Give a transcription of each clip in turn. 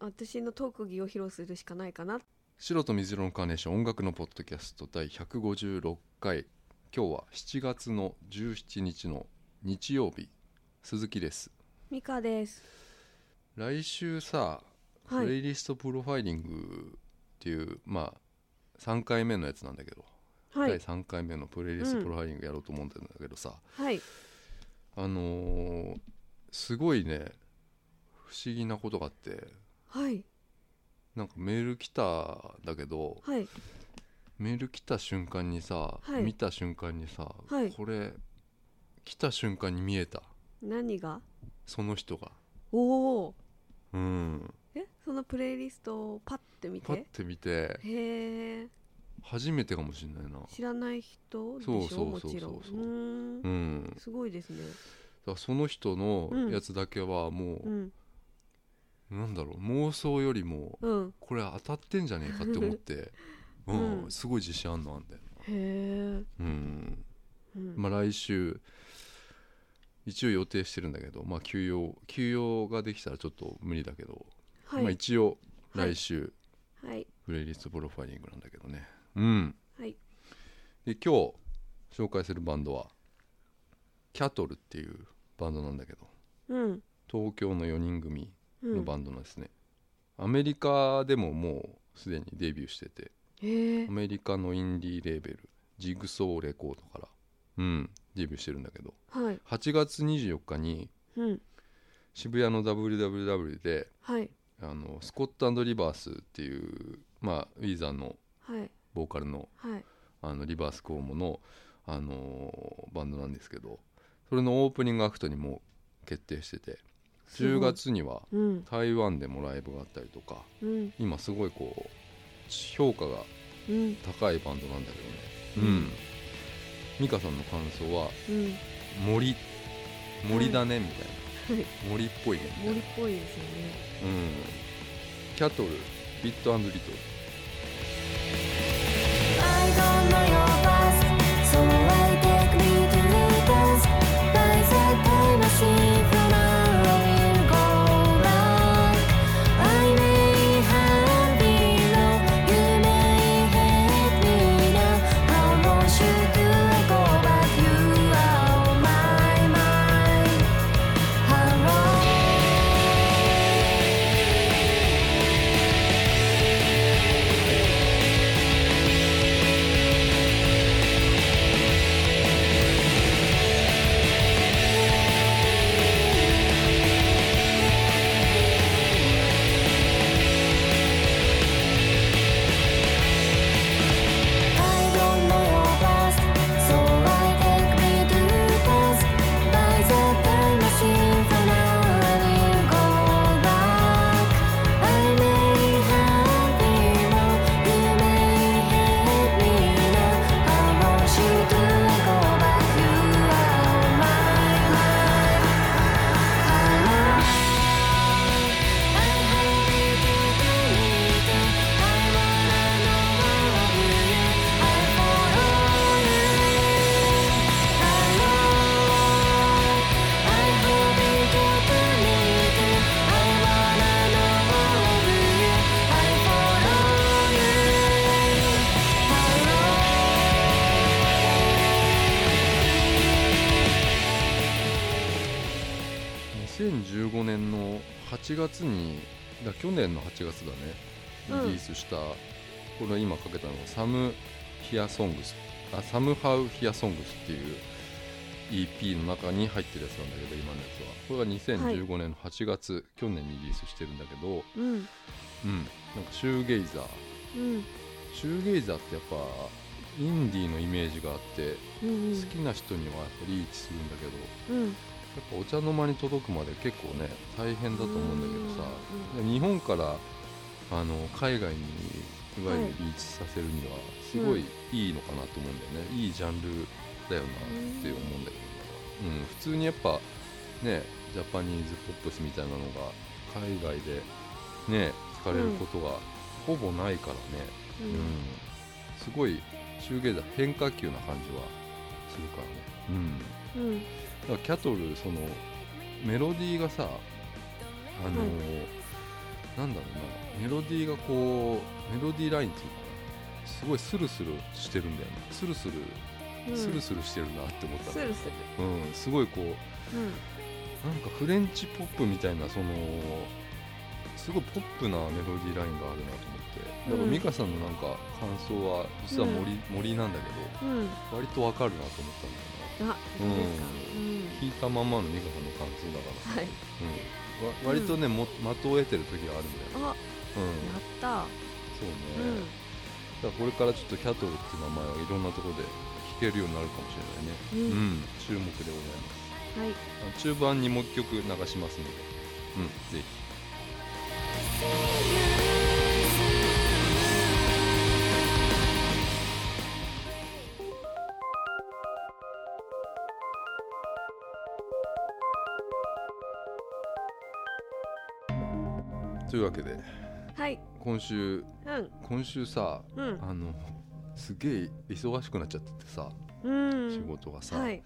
私の特技を披露するしかないかな白と水色のカーネーション音楽のポッドキャスト第156回今日は7月の17日の日曜日鈴木ですミカです来週さ、はいプレイリストプロファイリングっていうまあ3回目のやつなんだけど、は第い3回目のプレイリストプロファイリングやろうと思うんだけどさ、はいあのーすごいね不思議なことがあってはいなんかメール来たんだけどはいメール来た瞬間にはさ、い見た瞬間にさ、はいこれ来た瞬間に見えた何がその人がおおうんえそのプレイリストをパッて見パッてて見てへえ初めてかもしれないな知らない人でしそょうそうもそうそちうろんうそうーんうんだかすごいですねらその人のうんやつだけはうもう、んなんだろう妄想よりもうんこれ当たってんじゃねえかって思って うん、うんすごい自信あんのあんだよへえうんうんまあ来週一応予定してるんだけどまあ休養休養ができたらちょっと無理だけど、はまあい一応はい来週、はいプレイリストプロファイリングなんだけどねうんはいで今日紹介するバンドはキャトルっていうバンドなんだけどうん東京の4人組うのんバンドなんですね、アメリカでももうすでにデビューしててへえアメリカのインディーレーベルジグソーレコードからうんデビューしてるんだけどはい8月24日にうん渋谷の WWW ではいあのスコットリバースっていう、まあ、ウィーザーのはいボーカルのはいあのリバースコーモの、あのーバンドなんですけどそれのオープニングアクトにもう決定しててすご10い月にはうん台湾でもライブがあったりとかうん今すごいこう評価がうん高いバンドなんだけどうねうんん美香さんの感想はうん「森森だね」みたいはいな「森っぽいね」みたい森なっぽいですよねうんキャトルビットリトル I don't know your past, so I take me to your dance. By the time I see from will go back. I may have been wrong, you may hate me now. How much do I go back? You are on my mind. Hello. 「I don't know your past, so I take me to dance」「By the time I sing for now, I will go back」「I may have been wrong, you may hate me now」「How much do I go back? You are my mind」I hate to believe it. I wanna know all of you. I follow you. I hope you can believe it. I wanna know all of you. I follow you. Hello. 2015年の8月にだ去年の8月だねうんリリースした、これ今かけたのが「サム・ヒア・ソングス」あ「サム・ハウ・ヒア・ソングス」っていう EP の中に入ってるやつなんだけど今のやつはこれが2015年の8月、去年にリリースしてるんだけど、うんうん、なんかシューゲイザーうんシューゲイザーってやっぱインディーのイメージがあってうんうん好きな人にはやっぱリーチするんだけど、うんやっぱお茶の間に届くまで結構ね大変だと思うんだけどさで日本からあの海外にいわゆるリーチさせるにはすごいいいのかなと思うんだよね、いいジャンルだよなって思うんだけど、うん、普通にやっぱねジャパニーズポップスみたいなのが海外でね聞かれることがほぼないからね、うんうんすごいシューゲーザー変化球な感じはするからね。うんうんだからキャトルそのメロディーがさあの、はいなんだろうなメロディーがこうメロディーラインっていうかなすごいスルスルしてるんだよねスルスルうんスルスルしてるなって思ったスね、ルスルうんすごいこううんなんかフレンチポップみたいなそのすごいポップなメロディーラインがあるなと思ってだからうん美香さんのなんか感想は実は森,、森なんだけうんど割とわかるなと思ったんだよなあ本当ですかうん聞いたまんまの美香さんの感想だから、はいうん、わ割とね、も的を得てる時があるんだよねあやったうんそううね、んだからこれからちょっとキャトルっていう名前はいろんなところで聞けるようになるかもしれないうねうんん、注目でございますはいあの中盤にもう一曲流しますのでうんぜひというわけではい今週うん今週さうんあのすげえ忙しくなっちゃっててさ、うん仕事がさ、はい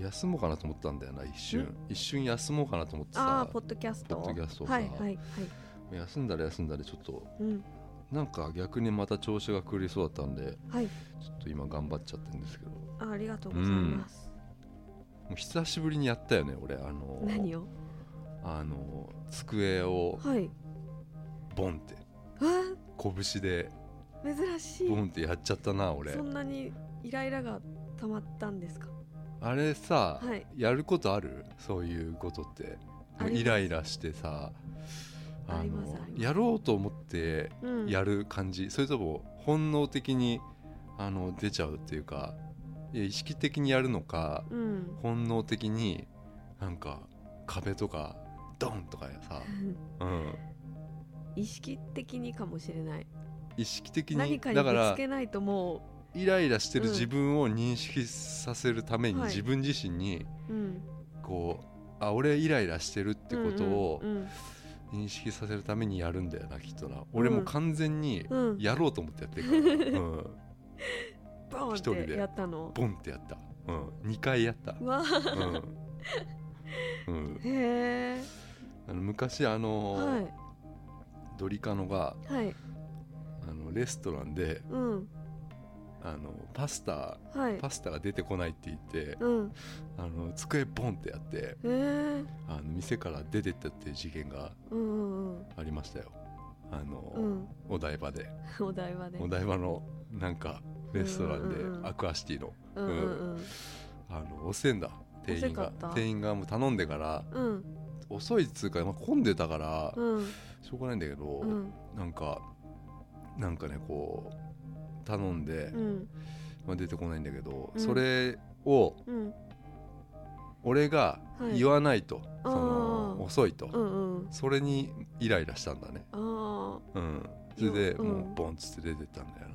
休もうかなと思ったんだよな一瞬一瞬休もうかなと思ってああさポッドキャストポッドキャストをさはいはいはい休んだら休んだでちょっとうんなんか逆にまた調子が狂いそうだったんではいちょっと今頑張っちゃってるんですけどもあありがとうございますう久しぶりにやったよね俺あの何をあの机をはいボンってあ拳でー珍しボいンってやっちゃったな俺そんなにイライラが溜まったんですかあれさ、はいやることあるそういうことってありますイライラしてさありますありますやろうと思ってうんやる感じ、それとも本能的にあの出ちゃうっていうかいや意識的にやるのかうん 本能的になんか壁とかドンとかやさ、うん、意識的にかもしれない意識的に何かにだかぶつらけないともイライラしてるうん自分を認識させるために、はい自分自身にううんこうあ俺イライラしてるっってことをうんうん認識させるためにやるんだよなきっとな俺もう完全にうんうんやろうと思ってやって るから、うん、ボ一人ーンっでてやったのボンってやった、うん、2回やったう、わーうんうん、へえあの昔あの、はドリカノがいはいあのレストランでうんあのパスタはいパスタが出てこないって言ってうんあの机ボンってやってへえあの店から出てったっていう事件がうんうんありましたよあの、うんうんお台場でお台場でお台場のなんかレストランで、うんうんうんアクアシティのうんうんあの遅いんだ店員遅がかった店員がもう頼んでからうん遅いっつうか、まあ、混んでたから、うんしょうがないんだけど、うんなんかなんかねこう頼んで、うんまあ、出てこないんだけど、うんそれをうん俺がはい言わないと、そあーの遅いと、うんうんそれにイライラしたんだね、あうん、それでうんもうボンっつって出てったんだよ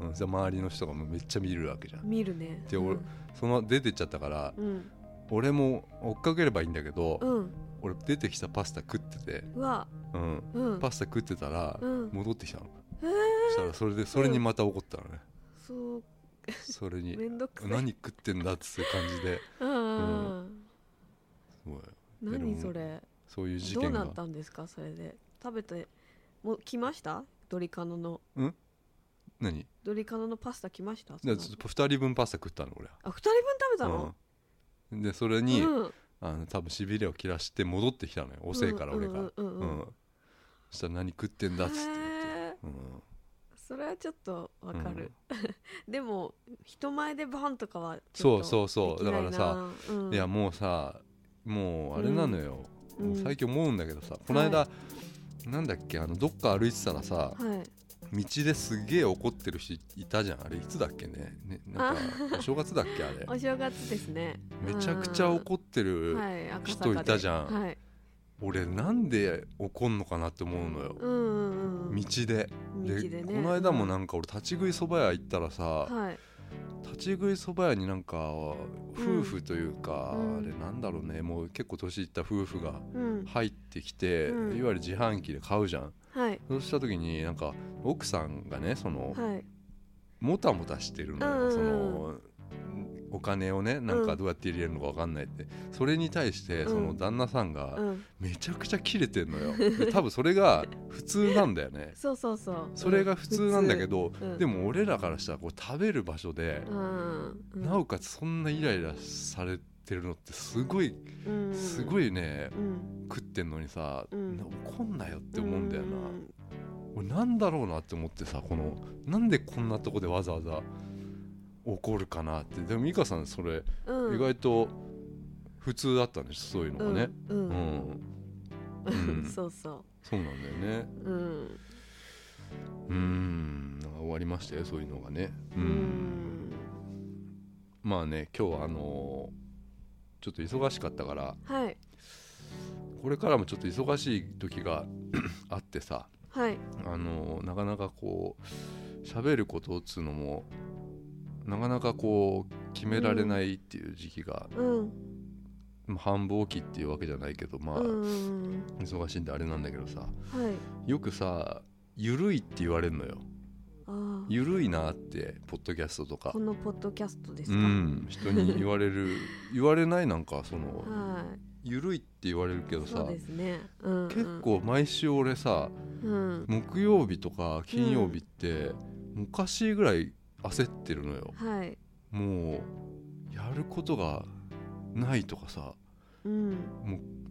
な、うん、じゃあ周りの人がもうめっちゃ見るわけじゃあん見るねで俺その出てっちゃったからうん俺も追っかければいいんだけど、うん俺出てきたパスタ食ってて、うわうん、うんパスタ食ってたらうん戻ってきたの、えーそしたらそれでそれにまた怒ったのね、そうそれにめんどくさい何食ってんだっていう感じでうんうんうんすごいでも何それそういう事どう件ながったんですかそれで食べてもう来ましたドリカノの何だドリカノのパスタ来ましたそからのちょっと2人分パスタ食ったの俺はあ二人分食べたの、うん、でそれうん、に、あの多分しびれを切らして戻ってきたのよ遅いから俺が、うんうんうんうんうんそしたら何食ってんだっつって言って、へーうんそれはちょっとわかる、 でも人前でバンとかはちそょうっとそうそうできないなだからうん、いやもうさもうあれなのよ、うんもう最近思うんだけどさ、この間、なんだっけあのどっか歩いてたらさはい道ですげえ怒ってる人いたじゃんあれいつだっけねねなんかお正月だっけ あれお正月ですねめちゃくちゃ怒ってる、る、はい、赤坂人いたじゃんではい、俺なんで怒んのかなって思うのよ、うんうんうん道で道でねこの間もなんか俺立ち食いそば屋行ったらさ、はい立ち食いそば屋になんか夫婦というか、うんあれなんだろうねもう結構年いった夫婦がうん入ってきて、うんいわゆる自販機で買うじゃんはいそうした時になんか奥さんがねその、はいもたもたしてるのよ、うんそのお金をねなんかどうやって入れるのか分かんないって、それに対してうんその旦那さんがうん、めちゃくちゃキレてんのよで多分それが普通なんだ よねそうそうそうそれが普通なんだけ、ど、うんでも俺らからしたらこう食べる場所でう、んうん、なおかつそんなイライラされてるのってすごいうんすごいねうん食ってんのにさ、うんな怒んなよって思うんだよな、うん俺なんだろうなって思ってさこのなんでこんなとこでわざわざ怒るかなってでも美香さんそれうん意外と普通だったんですそういうのがねうんう、うんんう んそうそそうなんだよねううんうんなんか終わりましたよそういうのがねううんんまあね今日はあのーちょっと忙しかったからはいこれからもちょっと忙しい時が あってさはいあのなかなかこう喋ることっつうのもなかなかこう決められないっていう時期が、うんまあ繁忙期っていうわけじゃないけどまあ、うん忙しいんであれなんだけどさはいよくさ「ゆるい」って言われるのよあー「ゆるいな」ってポッドキャストとかこ。のポッドキャストですうか、ん、人に言われる 言われないなんかそのは「ゆるい」って言われるけいどそさうですね、うんうん、結構毎週俺さうん木曜日とか金曜日って、おかしいぐらい焦ってるのよ。はいもうやることがないとかさうん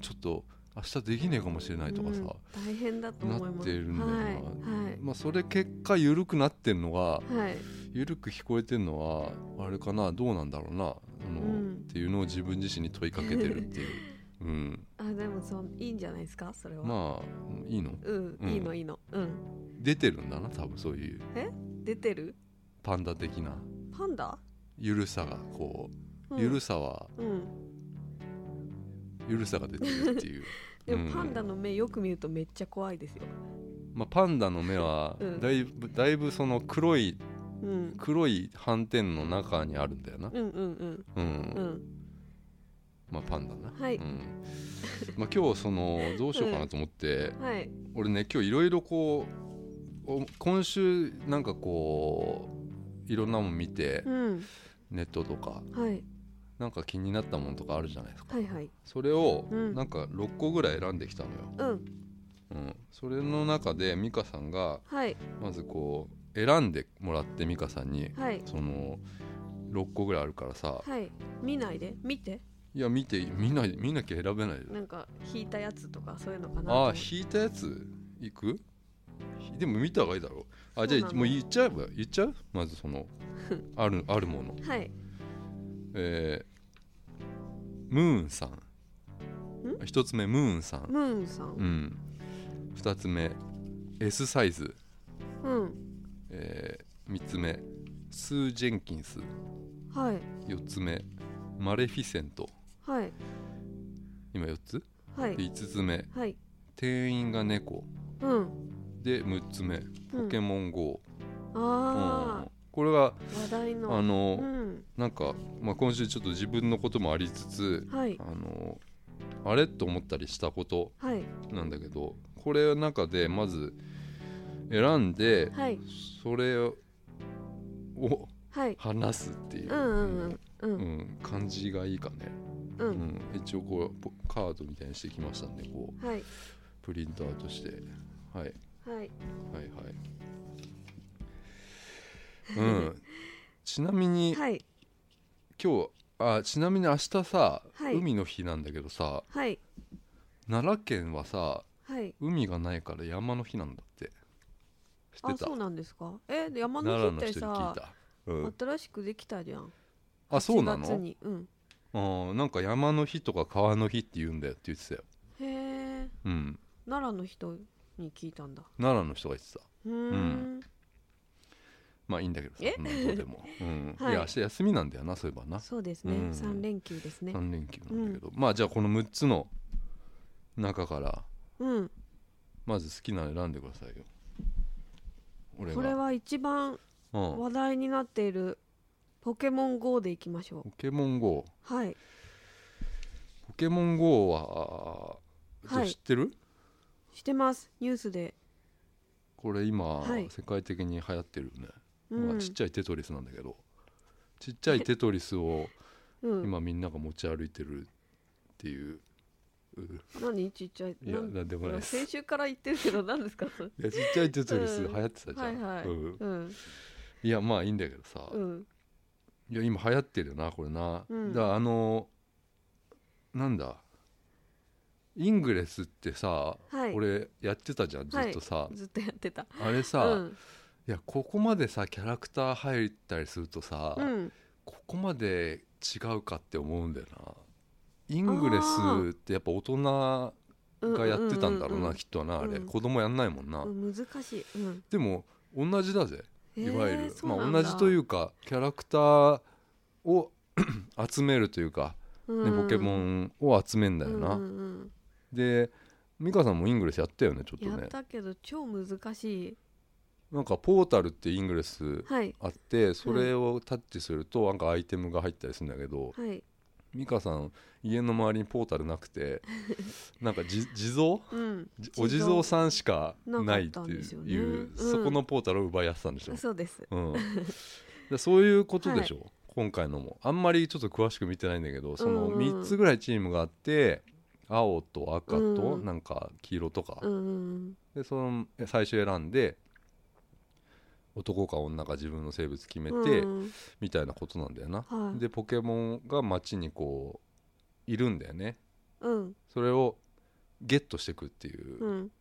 ちょっと明日できねえかもしれないとかさ、うん、大変だと思いますなってるんだよなはいまあ、それ結果緩くなってんのがはいはい緩く聞こえてんのはあれかなどうなんだろうなあの、うんっていうのを自分自身に問いかけて るっていう、うん、あでもそういいんじゃないですかそれは、まあいいのうん、うんいいのいいのうん出てるんだな多分そういう出てるパンダ的なパンダ、ゆるさがこう、うんゆるさはうんゆるさが出てるっていう、 でうんもパンダの目よく見るとめっちゃ怖いですよまあ、パンダの目はうんだいぶだいぶその黒いうん黒い斑点の中にあるんだよな、うんうんうんうんうんまあパンダな、はいうんまあ、今日そのどうしようかなと思って、はい俺ね今日いろいろこうお今週なんかこういろんなもん見て、うんネットとかはいなんか気になったものとかあるじゃないですかはいはいそれをうんなんか6個ぐらい選んできたのよ、うんうん、それの中で美香さんがはいまずこう選んでもらって美香さんにはいその6個ぐらいあるからさはい見ないで見ていや見て見ない見なきゃ選べないよなんか引いたやつとかそういうのかなとあ思あって引いたやついくひでも見た方がいいだろうあじゃそうなあのもう言っちゃえば言っちゃうまず そのあるあるものはいえー、ムーンさん一つ目ムーンさんムーンさうんん二つ目 S サイズうんえー、三つ目スー・ジェンキンスはい四つ目マレフィセントはい今四つはでい五つ目はい店員が猫うんで六つ目ポケモン GO、うあんこれがあ話題のあの、うんなんか、まあ、今週ちょっと自分のこともありつつはいあのあれと思ったりしたことはいなんだけどこれの中でまず選んではいそれをはい話すっていううんうんうんうんうん感じがいいかね、ううんん一応こうポカードみたいにしてきましたんでこうはいプリントアウトして、はい、はいはいはいうんちなみにはい今日あちなみに明日さ、はい海の日なんだけどさはい奈良県はさはい海がないから山の日なんだって知っあてたそうなんですかえで山の奈良日っのて人に聞いさた、うん、新しくできたじゃんあそうな4月のにうんうんなんか山の日とか川の日って言うんだよって言ってたよ、へえうん、奈良の人に聞いたんだ奈良の人が言ってたうーんまあいいんだけどさえそんなことでも、う んはいい、や明日休みなんだよなそういえばなそうですうねん三連休ですね3連休なんだけど、まあじゃあこの6つの中からうんまず好きなの選んでくださいよ俺がこれは一番うん、話題になっているポケモン GO でいきましょポケモン GO うはいポケモン GO はじゃあはい知ってる、してますニュースでこれ今、はい世界的に流行ってるよね、うんまあ、ちっちゃいテトリスなんだけどちちっちゃいテトリスをうん、今みんなが持ち歩いてるっていう。うん何ちっちゃいいや、なんなんでもないです。先週から言ってるけど何ですかそれいやちっちゃいテトリスうん流行ってたじゃん、はいはいうんうんいやまあいいんだけどさ、うんいや今流行ってるよなこれな、うんだからあのなんだイングレスってさ、はい俺やってたじゃんずっとさ、ずっとやってたあれさ、うんいやここまでさキャラクター入ったりするとさ、うんここまで違うかって思うんだよなイングレスってやっぱ大人がやってたんだろうんうんうな、うんうんきっとなあれ、うん子供やんないもんな、うん難しい、うん、でも同じだぜいわゆる、まあ、同じとういうかキャラクターを集めるというか、ねねポケモンを集めんだよな、うんうんで美香さんもイングレスやったよねちょっうん、やとっねたけど超難しいなんかポータルってイングレスはいあってそれをタッチするとなんかアイテムが入ったりするんだけど、はい美香さん家の周りにポータルなく てなんかじ地蔵うんじお地蔵さんしかないってなかったんいでうすよねいううんそこのポータルを奪い合ってたんでしょ、そうですうん、でそういうことでしょ、今回のもあんまりちょっと詳しく見てないんだけどそのうんうん3つぐらいチームがあって青と赤とうんなんか黄色とか、うんうんでそのえ最初選んで男か女か自分の性別決めうんて、うんみたいなことなんだよな、はいでポケモンが街にこういるんだよねうんそれをゲットしていくっていう、うん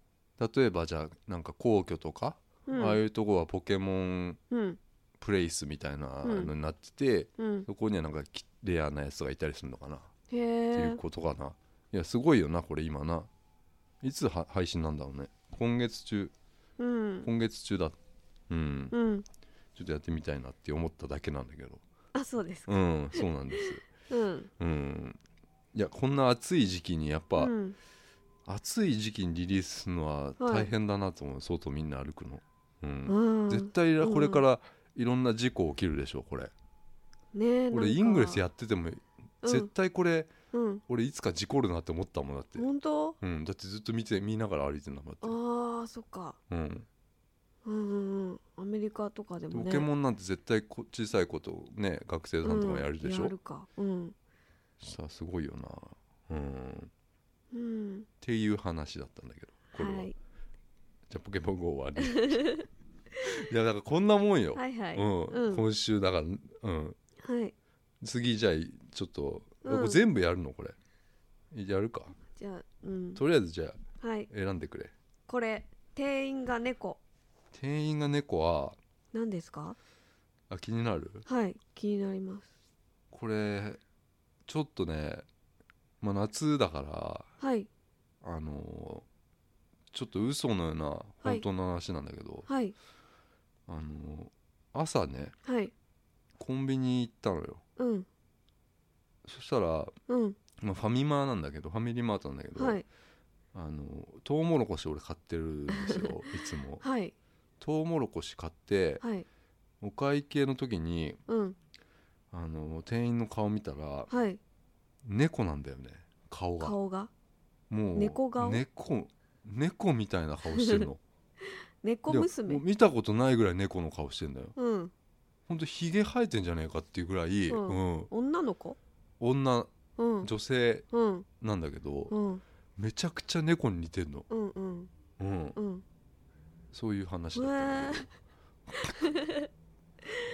例えばじゃあなんか皇居とか、うんああいうとこはポケモンうんプレイスみたいなのになってて、うんそこにはなんかきレアなやつがいたりするのかなっへていうえことかな、いやすごいよなこれ今ないつは配信なんだろうね今月中うん今月中だうんうんちょっとやってみたいなって思っただけなんだけどあそうですかうんそうなんですうんうんいやこんな暑い時期にやっぱ、うん暑い時期にリリースするのは大変だなと思う、外みんな歩くのうん、うん絶対これからいろんな事故起きるでしょこれねえ俺イングレスやってても絶て対これ、うんうん俺いつか事故るなって思ったもんだって本当うん、だってずっと見て見ながら歩いてんだもんだっああそっかて、うん、うんうんうんアメリカとかでもポねケモンなんて絶対こ小さいことね学生さんとかやるでしょ、うんやるかうんさあすごいよなうんっうんていう話だったんだけどこれは、はいじゃあポケモン GO はね いやだからこんなもんよ、はいはいうんうん今週だから、うん、はい次じゃあちょっと、うんこれ全部やるのこれやるかじゃあうんとりあえずじゃあはい選んでくれこれ店員が猫店員が猫は何ですかあ気になるはい気になりますこれちょっとね、まあ、夏だからはいあのーちょっと嘘のような本当の話なんだけど、はいあのー朝ねはいコンビニ行ったのようんそしたら、まうんあ、ファミマなんだけどファミリーマートなんだけど、はいあのートウモロコシ俺買ってるんですよ いつもはいトウモロコシ買ってはいお会計の時にうんあのー店員の顔見たらはい猫なんだよね顔が顔がもう猫顔猫猫みたいな顔 してるの猫で娘もう見たことないぐらい猫の顔してんだようんほんとひげ生えてんじゃねえかっていうぐらい、ううんん女の子女うん女性うんなんだけど、うんめちゃくちゃ猫に似てんの、うんうんうん、うんそういう話うだったわ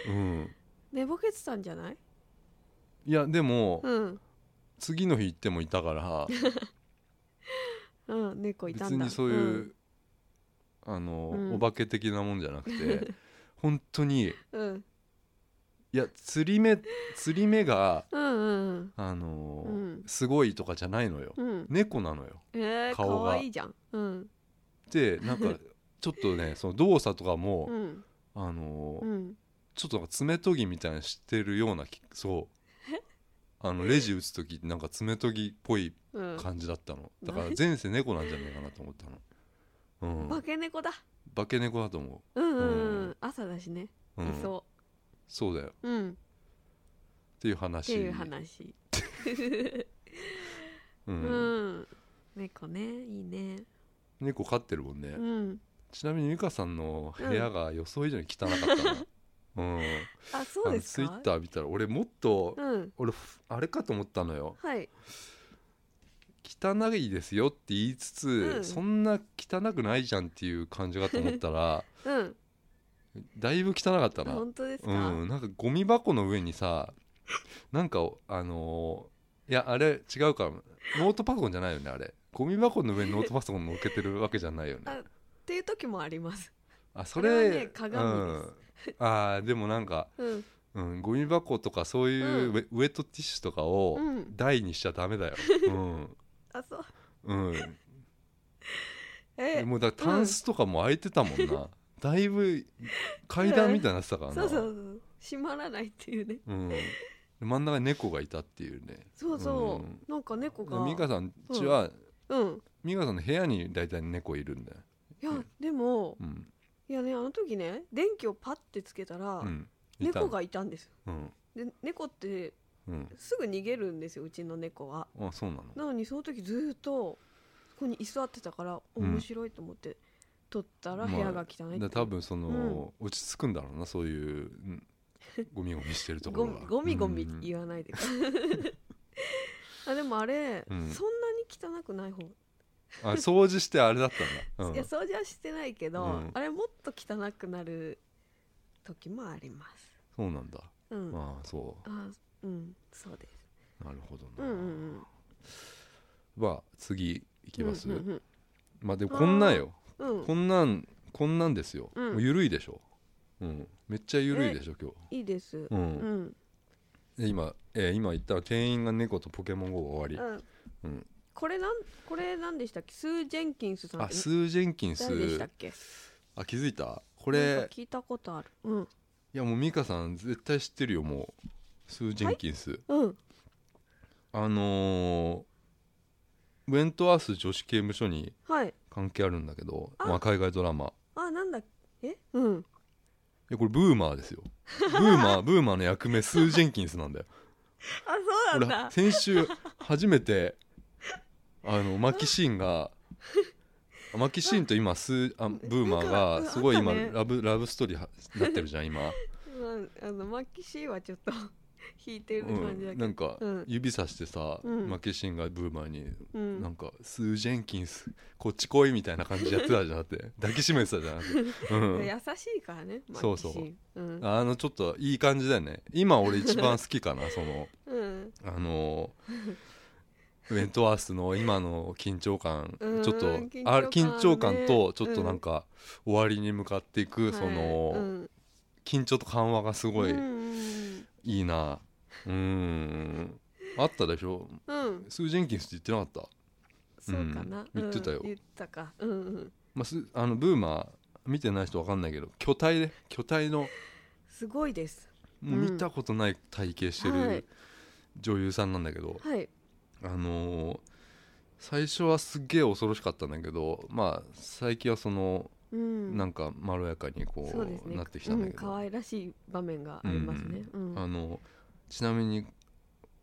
ーうん寝ぼけてたんじゃないいやでも、うん次の日行ってもいたからうん猫いた別んだにそういう、あの、うんお化け的なもんじゃなくて 本当にいうんうんや釣り目釣り目がうんうんあの、うんすごいとかじゃないのよ、うん猫なのよえー、か顔がわいいじゃんうんでな んかちょっとねその動作とかも、うんあのーうんちょっとなんか爪研ぎみたいなのしてるようなき そうあのレジ打つ時なんか爪研ぎっぽいうん感じだったのうんだから前世猫なんじゃないかなと思ったのう化んけ猫だ化け猫だと思うんうんうん、うん朝だしね、う、うんいそそうだよっううんっていう話ていう話う うん、ん猫ねいいね猫飼ってるもんね、うんちなみに美香さんの部屋が予想以上に汚かったな、ううん、あそうですツかイッター見たら俺もっと、うん俺あれかと思ったのよはい汚いですよって言いつつ、うんそんな汚くないじゃんっていう感じかと思っ たらうんだいぶ汚かったな本当ですか、うん、なんかゴミ箱の上にさなんかあのーいやあれ違うからノートパソコンじゃないよねあれゴミ箱の上にノートパソコン乗っけてるわけじゃないよねあっていう時もありますあそあれれはね鏡ですうん、あーでもなんか、うんうん、ゴミ箱とかそういうウェ,、ウェットティッシュとかをうん台にしちゃダメだよ、うんあそううん、えもうだからタンスとかも空いてたもんな、だいぶ階段みたいになってたからな、そうそうそう閉まらないっていうねうん、で真ん中に猫がいたっていうねそうそう、うんなんか猫が美香さんちは、うん美香さんの部屋に大体猫いるんだよ、いやでもうんいやねあの時ね電気をパッてつけたら、うん、いた猫がいたんですうんで猫ってうんすぐ逃げるんですようちの猫はあそうなのなのにその時ずーっとそこに居座ってたからうん面白いと思って撮ったらまあ部屋が汚いってだから多分その、落ち着くんだろうなそういううんゴミゴミしてるとこゴろミがゴミゴミうん言わないであでもあれ、うんそんなに汚くない方、あ掃除してあれだったんいだ、や掃除はしてないけど、うんあれもっと汚くなる時もありますうん、そうなんだ、うんあああそうんそうですうなるほどうんな、うんうんまあ次いきます、うんうんまあでもこんなんようんうんこんなんこんなんですよ、うんもう緩いでしょ、うん、めっちゃ緩いでしょ今日いいですううんんで今、えー今言ったら店員が猫とポケモン GO が終わうんり、うんこれなんこれなんでしたっけスー・ジェンキンスさんっあてスー・ジェンキンス誰でしたっけあ気づいたここれ聞いたことあるうんいやもう美香さん絶対知ってるよもうスー・ジェンキンス、うんあのーウェントワース女子刑務所にはい関係あるんだけどあまあ、海外ドラマいあなんだっけえうんやこれブーマーですよブーマ ーブーマーの役目スー・ジェンキンスなんだよあ そう俺なんだ先週初めてあのマキシーン がマキシーンと今スーあブーマーなんがかすごい今あったねラブラブストーリーはなってるじゃ ん今、うんあのマッキーシーはちょっと 引いてるう感じだん、けなどんかうん指さしてさ、うんマキシーンがブーマーにうんなんか「スー・ジェンキンスこっち来い」みたいな感じでやってたじゃ なくて抱きしめてたじゃなくて、うん、優しいからねマッキそーうシそうーうんあのちょっといい感じだよね今俺一番好きかな そのうんあのウェントワースの今の緊張感ちうんょっと緊張感あね緊張感とちょっとなんか終わりに向かっていくそはいのうん緊張と緩和がすごいうんうんいいなうんあったでしょうんうんスー・ジェンキンスって言ってなかったそうかなうん言ってたようん言ったかうんうんまあ、すあのブーマー見てない人わかんないけど巨体で巨体のすごいですもう見たことない体型してはるい女優さんなんだけど、はいあのー最初はすっげえ恐ろしかったんだけどまあ最近はその、うんなんかまろやかにこそうですうねなってきたんだけうん、可ど、愛らしい場面がありますねうんあのちなみに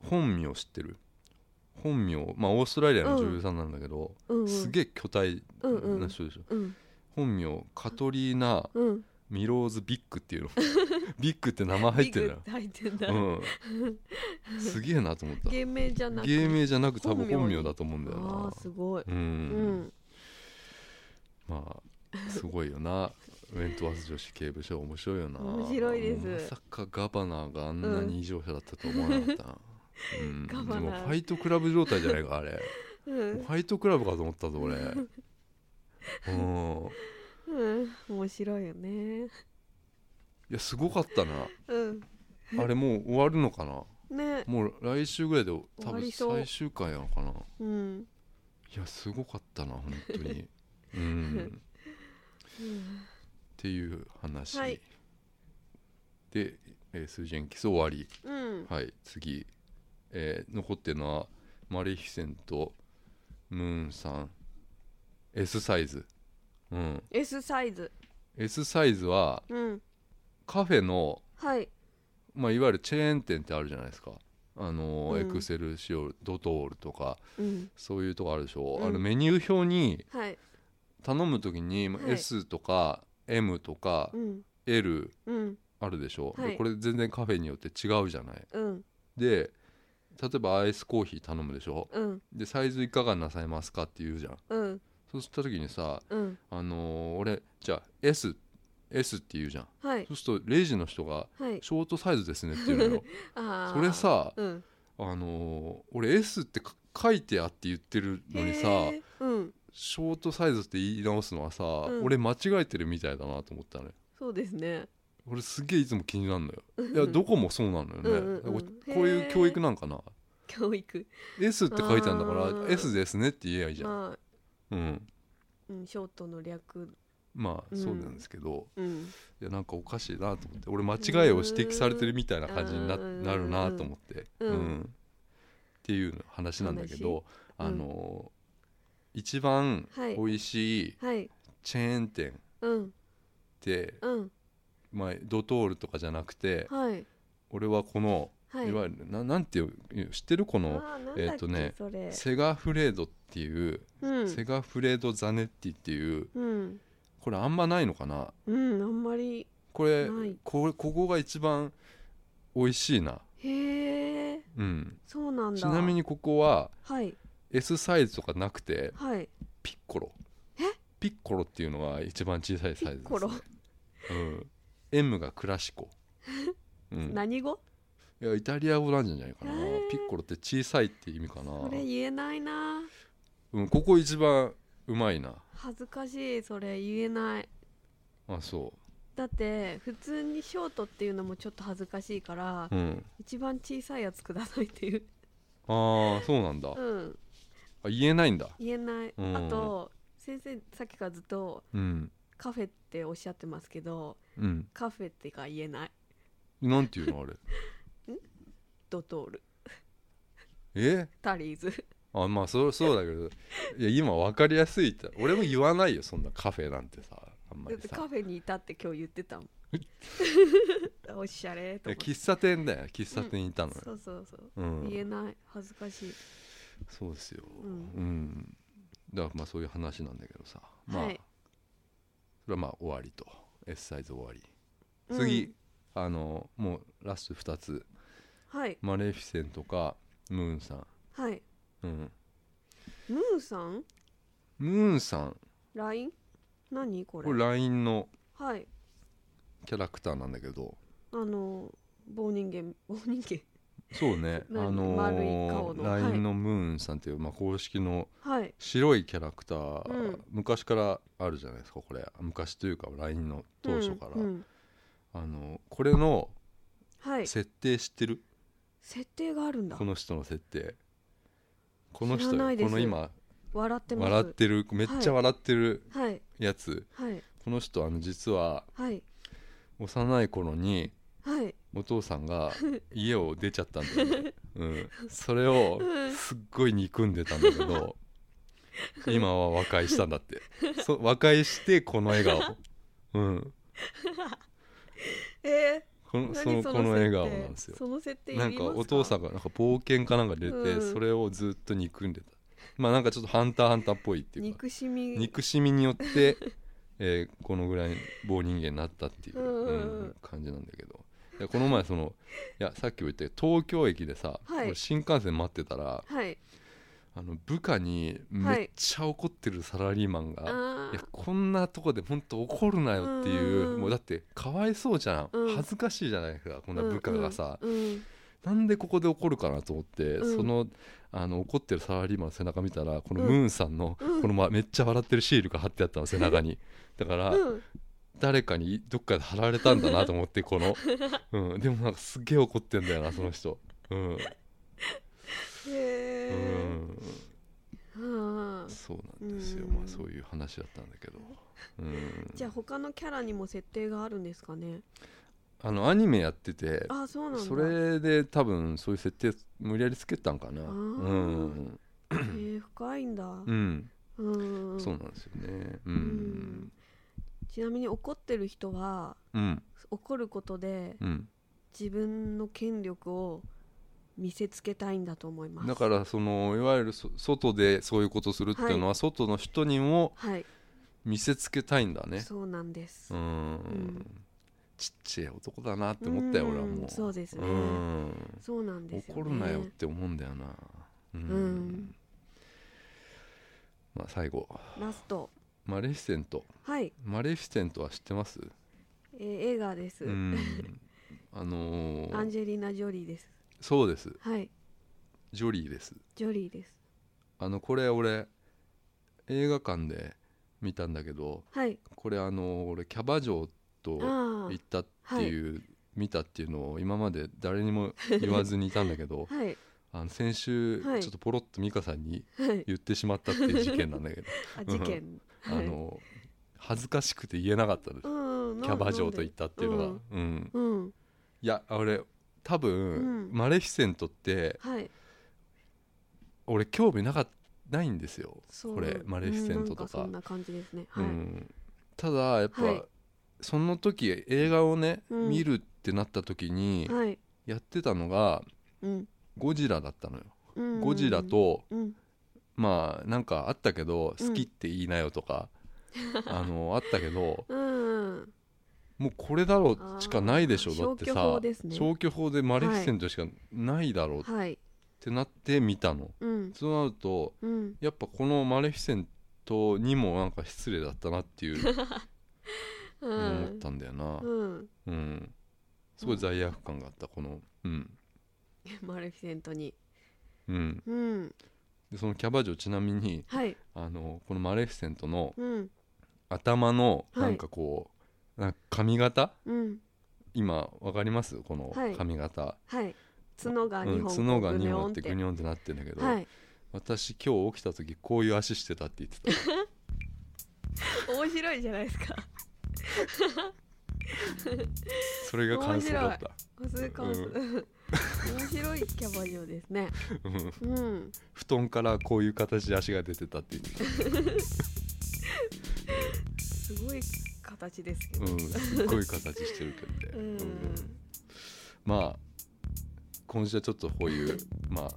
本名知ってる本名まあオーストラリアの女優さんなんだけど、うんうんすげえ巨体うんうなん人でしょ、うん本名カトリーナ・うんミローズビッグってい うのビッグって名前入ってるビグ入ってんだな、うん、すげえなと思った芸名じゃなく芸名じゃなく多分本本名名だと思うんだよあなーすごいうん、うんまあすごいよなウェントワース女子警部署面白いよな面白いですまさかガバナーがあんなに異常者だったとは思わなかったな、うん、でガもバナーファイトクラブ状態じゃないかあれうんファイトクラブかと思った ぞ俺うんうん面白いよねいやすごかったなうんあれもう終わるのかなねもう来週ぐらいで多終わ分りそう最終回なのかなうんいやすごかったな本当 にうんっていう話、はいで、えー、数字延期終わりうんはい次、えー残ってるのはマレフィセントムーンさん S サイズうん S サイズ S サイズはうんカフェの、はいまあ、いわゆるチェーン店ってあるじゃないですかあのーうんエクセルシオルドトールとかうんそういうとこあるでしょ、うんあのメニュー表にはい頼む時にまあはい S とか M とかうん LXL うんあるでしょ、ではいこれ全然カフェによって違うじゃないうんで例えばアイスコーヒー頼むでしょうんでサイズいかがなさいますかって言うじゃんうんそうした時にさうんあのー俺じゃあ SS って言うじゃんはいそうするとレジの人がはいショートサイズですねって言うのよ あーそれさうんあのー俺 S ってか書いてやって言ってるのにさへーうんショートサイズって言い直すのはさ、ん俺間違えてるみたいだなと思ったねそうですね俺すげえいつも気になるのよいやどこもそうなのよねうんうんうんここういう教育なんかな教育 S って書いてあるんだかあらー S ですねって言えばいいじゃん、まあうんうんショートの略まあうんそうなんですけど、うんいやなんかおかしいなと思って俺間違いを指摘されてるみたいな感じになうんなるなと思って、うんっていう話なんだけど、話あの一番はい美味しいはいチェーン店っうんて、うんまあ、ドトールとかじゃなくてはい俺はこの、はいい、わゆるななんていう知ってるこのあーなんだっけえーとねそれセガフレードっていう、うんセガフレードザネッティっていううんこれあんまないのかなうんあんまりこれないこここが一番美味しいなへえうんそうなんだちなみにここははい S サイズとかなくてはいピッコロピッコロっていうのが一番小さいピサイッズでコす、ロねうん、M がクラ シコ、うん、何語いやイタリア語なんじゃないかな、へーピッコロって小さいって意味かなそれ言えないなうん、ここ一番うまいな恥ずかしいそれ言えないあそだって普通にショートっていうのもちょっと恥ずかしいからううん一番小さいやつくださいっていうああそうなんだ、うんあ言えないんだ言えないうんあと先生さっきからずっとうんカフェっておっしゃってますけどうんカフェってか言えないなんていう のあれドトールえタリーズあまあそうそうだけどいや今分かりやすいって俺も言わないよそんなカフェなんてさあんまだっりてさカフェにいたって今日言ってたもん おしゃれいとや思って喫茶店だよ喫茶店にいたのよ、そうそうそうう言えん、ない恥ずかしい、そうですよ、う、うんん、だからまあそういう話なんだけどさまあ、はいそれはまあ終わりと S サイズ終わり次、うんあのもうラスト2つはいマレフィセントかムーンさん、はいうん、ムーンさんムーンさん LINE 何これこれ LINE のはいキャラクターなんだけどあの棒人間棒人間そう ね、あ何の丸い顔のはい LINE のムーンさんっていう、まあ、公式のはい白いキャラクター、うん昔からあるじゃないですかこれ昔というか LINE の当初から、うんうんあのこれのはい設定知ってる、設定があるんだこの人の設定この人知らないですこの今笑ってます笑ってるめっちゃ笑ってるはいやつ、はいこの人あの実ははい幼い頃にはいお父さ んが家を出ちゃったんだよね、うん、それをうんすっごい憎んでたんだけど 今は和解したんだってそ和解してこの笑顔、うん、えーこの何そのこの笑顔なんですよその設定いりなますんかかお父さんがなんか冒険かなんか出て、うんそれをずっと憎んでたまあなんかちょっとハンターハンターっぽいっていうか憎しみ憎しみによって、 えーこのぐらい棒人間になったっていう、うんうんうんうん感じなんだけどいやこの前そのいやさっきも言ったけど東京駅でさ、はい俺新幹線待ってたらはいあの部下にめっちゃ怒ってるサラリーマンが、あいやーこんなとこで本当怒るなよっうんうていうんうんもうだってかわいそうじゃん、うん恥ずかしいじゃないですかこんな部下がさ、うんうんなんでここで怒るかなと思って、うんそのあの怒ってるサラリーマンの背中見たらこのうんムーンさんの、うん このまめっちゃ笑ってるシールが貼ってあったの背中にだか ら、うん誰かにどっかで貼られたんだなと思ってこ の、うん、でもなんかすげえ怒ってんだよなその人うん、へうえん、はあそうなんですよ、うんまあそういう話だったんだけど、うん、じゃあ他のキャラにも設定があるんですかねあのアニメやっててあそうなんだそれで多分そういう設定無理やりつけたんかなーうん、へー深いんだうん、うんうんそうなんですよねうんちなみに怒ってる人はうん、うん怒ることでうん自分の権力を見せつけたいんだと思いますだからそのいわゆるそ外でそういうことするっていうのは、は外の人にもはい、見せつけたいんだねそうなんですうーん、んちっちゃい男だなって思ったよ、うん俺はもうそうですねうんそうなんですよ、ね、怒るなよって思うんだよなうん、うんまあ最後ラストマレフィセントはい、マレフィセントは知ってますえー映画です、うんあのーアンジェリーナ・ジョリーですそうですはいジョリーですジョリーですあのこれ俺映画館で見たんだけどはいこれあの俺キャバ嬢とあ行ったっていう、見たっていうのを今まで誰にも言わずにいたんだけどあはいあの先週はいちょっとポロッと美香さんにはい言ってしまったっていう事件なんだけどあ事件、あの恥ずかしくて言えなかったですはい、うんキャバ嬢と行言ったっていうのが、ううんんうんいや俺多分、うんマレフィセントってはい俺興味なかっないんですよ、そうこれマレフィセントとかうんなんかそんな感じですねはい、うんただやっぱ、はいその時映画をね、うん見るってなった時にはいやってたのがうんゴジラだったのよ、うんゴジラとうんまあなんかあったけどうん好きって言いなよとか、 あのあったけどうんもうこれだろうしかないでしょあーだってさ消去法ですね消去法でマレフィセントしかないだろうっはいてなって見たの、うんそうなるとうんやっぱこのマレフィセントにもなんか失礼だったなっていうう思っんたんだよ な、うんうん、すごい罪悪感があったこのうん、マレフィセントにうん、うんでそのキャバ嬢ちなみにはいあのこのマレフィセントのうん頭のはいなんかこう、なんか髪型うん今わかりますこのはい髪型、はい角が2うん、本角がこう2ぐにょ本んってグニョンってなってんだけど、はい私今日起きた時こういう足してたって言って た面白いじゃないですかそれが感想だった普通感想面白いキャバ嬢ですねうんうん布団からこういう形で足が出てたって言ってたすごい形ですけどうん、すっごい形してるけどうね、んまあ今週はちょっとこういうまあ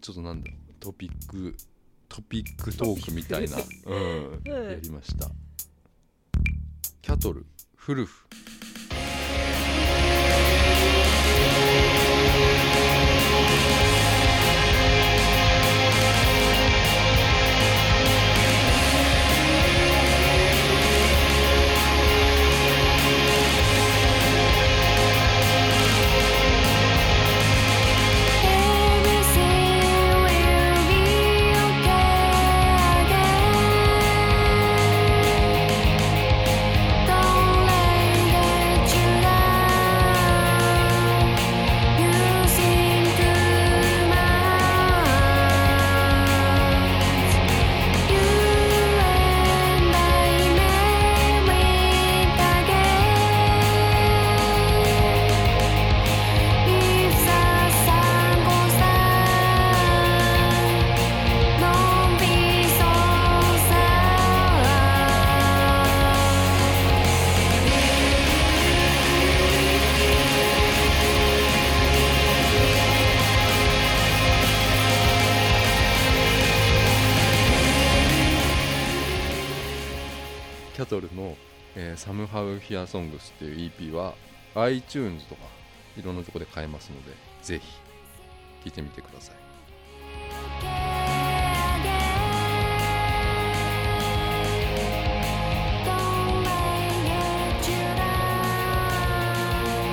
ちょっとなんだろうトピックトピックトークみたいな、 うん、うんやりましたキャトルフルフ「Everything will be okay again」「Don't let you down」「You seem too much」「You and I may meet again」If the sun goes down, don't be so sad. キャトルの、えーサムハウ・ヒア・ソングス」っていう EP は iTunes とかいろんなとこで買えますのでぜひ聴いてみてください Don't let you down.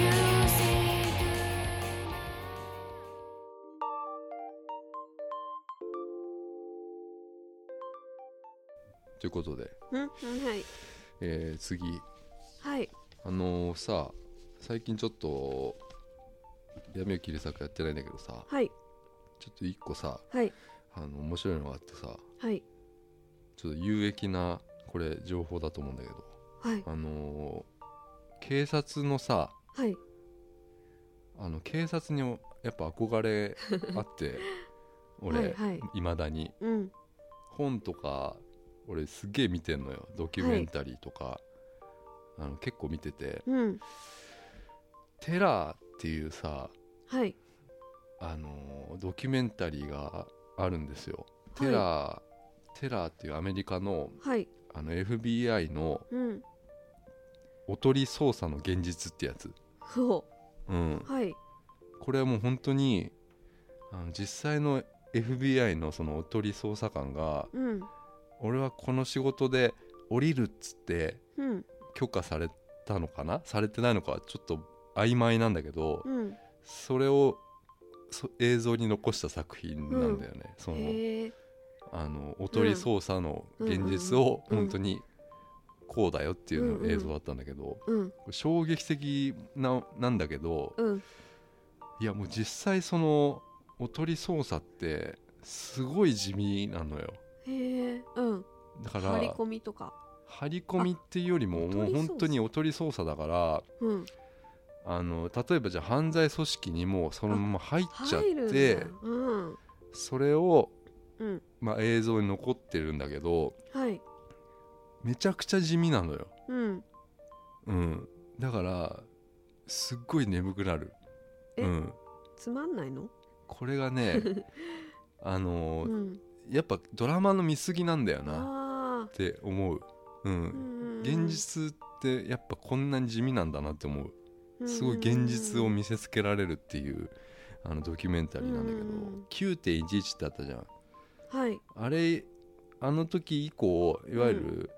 You seem too much. ということで、うんうんはいえー次はいあのーさ最近ちょっと闇を切り裂くやってないんだけどさはいちょっと一個さはいあの面白いのがあってさはいちょっと有益なこれ情報だと思うんだけどはいあのー警察のさはいあの警察にもやっぱ憧れあって俺、はいいはいまだにうん本とか俺すげえ見てんのよドキュメンタリーとか、あの結構見ててうんテラーっていうさはいあのードキュメンタリーがあるんですよ、はいテラーテラーっていうアメリカのはいあの FBI のうんおとり捜査の現実ってやつ、ほうんう、はいこれはもう本当にあの実際の FBI のそのおとり捜査官がうん俺はこの仕事で降りるっつってうん許可されたのかなされてないのかはちょっと曖昧なんだけど、うんそれをそ映像に残した作品なんだよね、そのへえあのおとり捜査の現実をうんうんうん本当にこうだよっていうのうんが映像だったんだけど、うんこれ衝撃的ななんだけど、うんいやもう実際そのおとり捜査ってすごい地味なのよへえうんだから張り込みとか張り込みっていうよりもあもう本当におとり捜査だからうんあの例えばじゃあ犯罪組織にもうそのまま入っちゃっ入るんてだうんそれを、うんまあ、映像に残ってるんだけどはいめちゃくちゃ地味なのよ、うんうん、だからすっごい眠くなる、えうん、つまんないのこれ がねあのうーんやっぱドラマの見過ぎなんだよなあって思う、うんあうん現実ってやっぱこんなに地味なんだなって思うすごい現実を見せつけられるっていうあのドキュメンタリーなんだけどうん9.11ってあったじゃんはいあれあの時以降いわゆる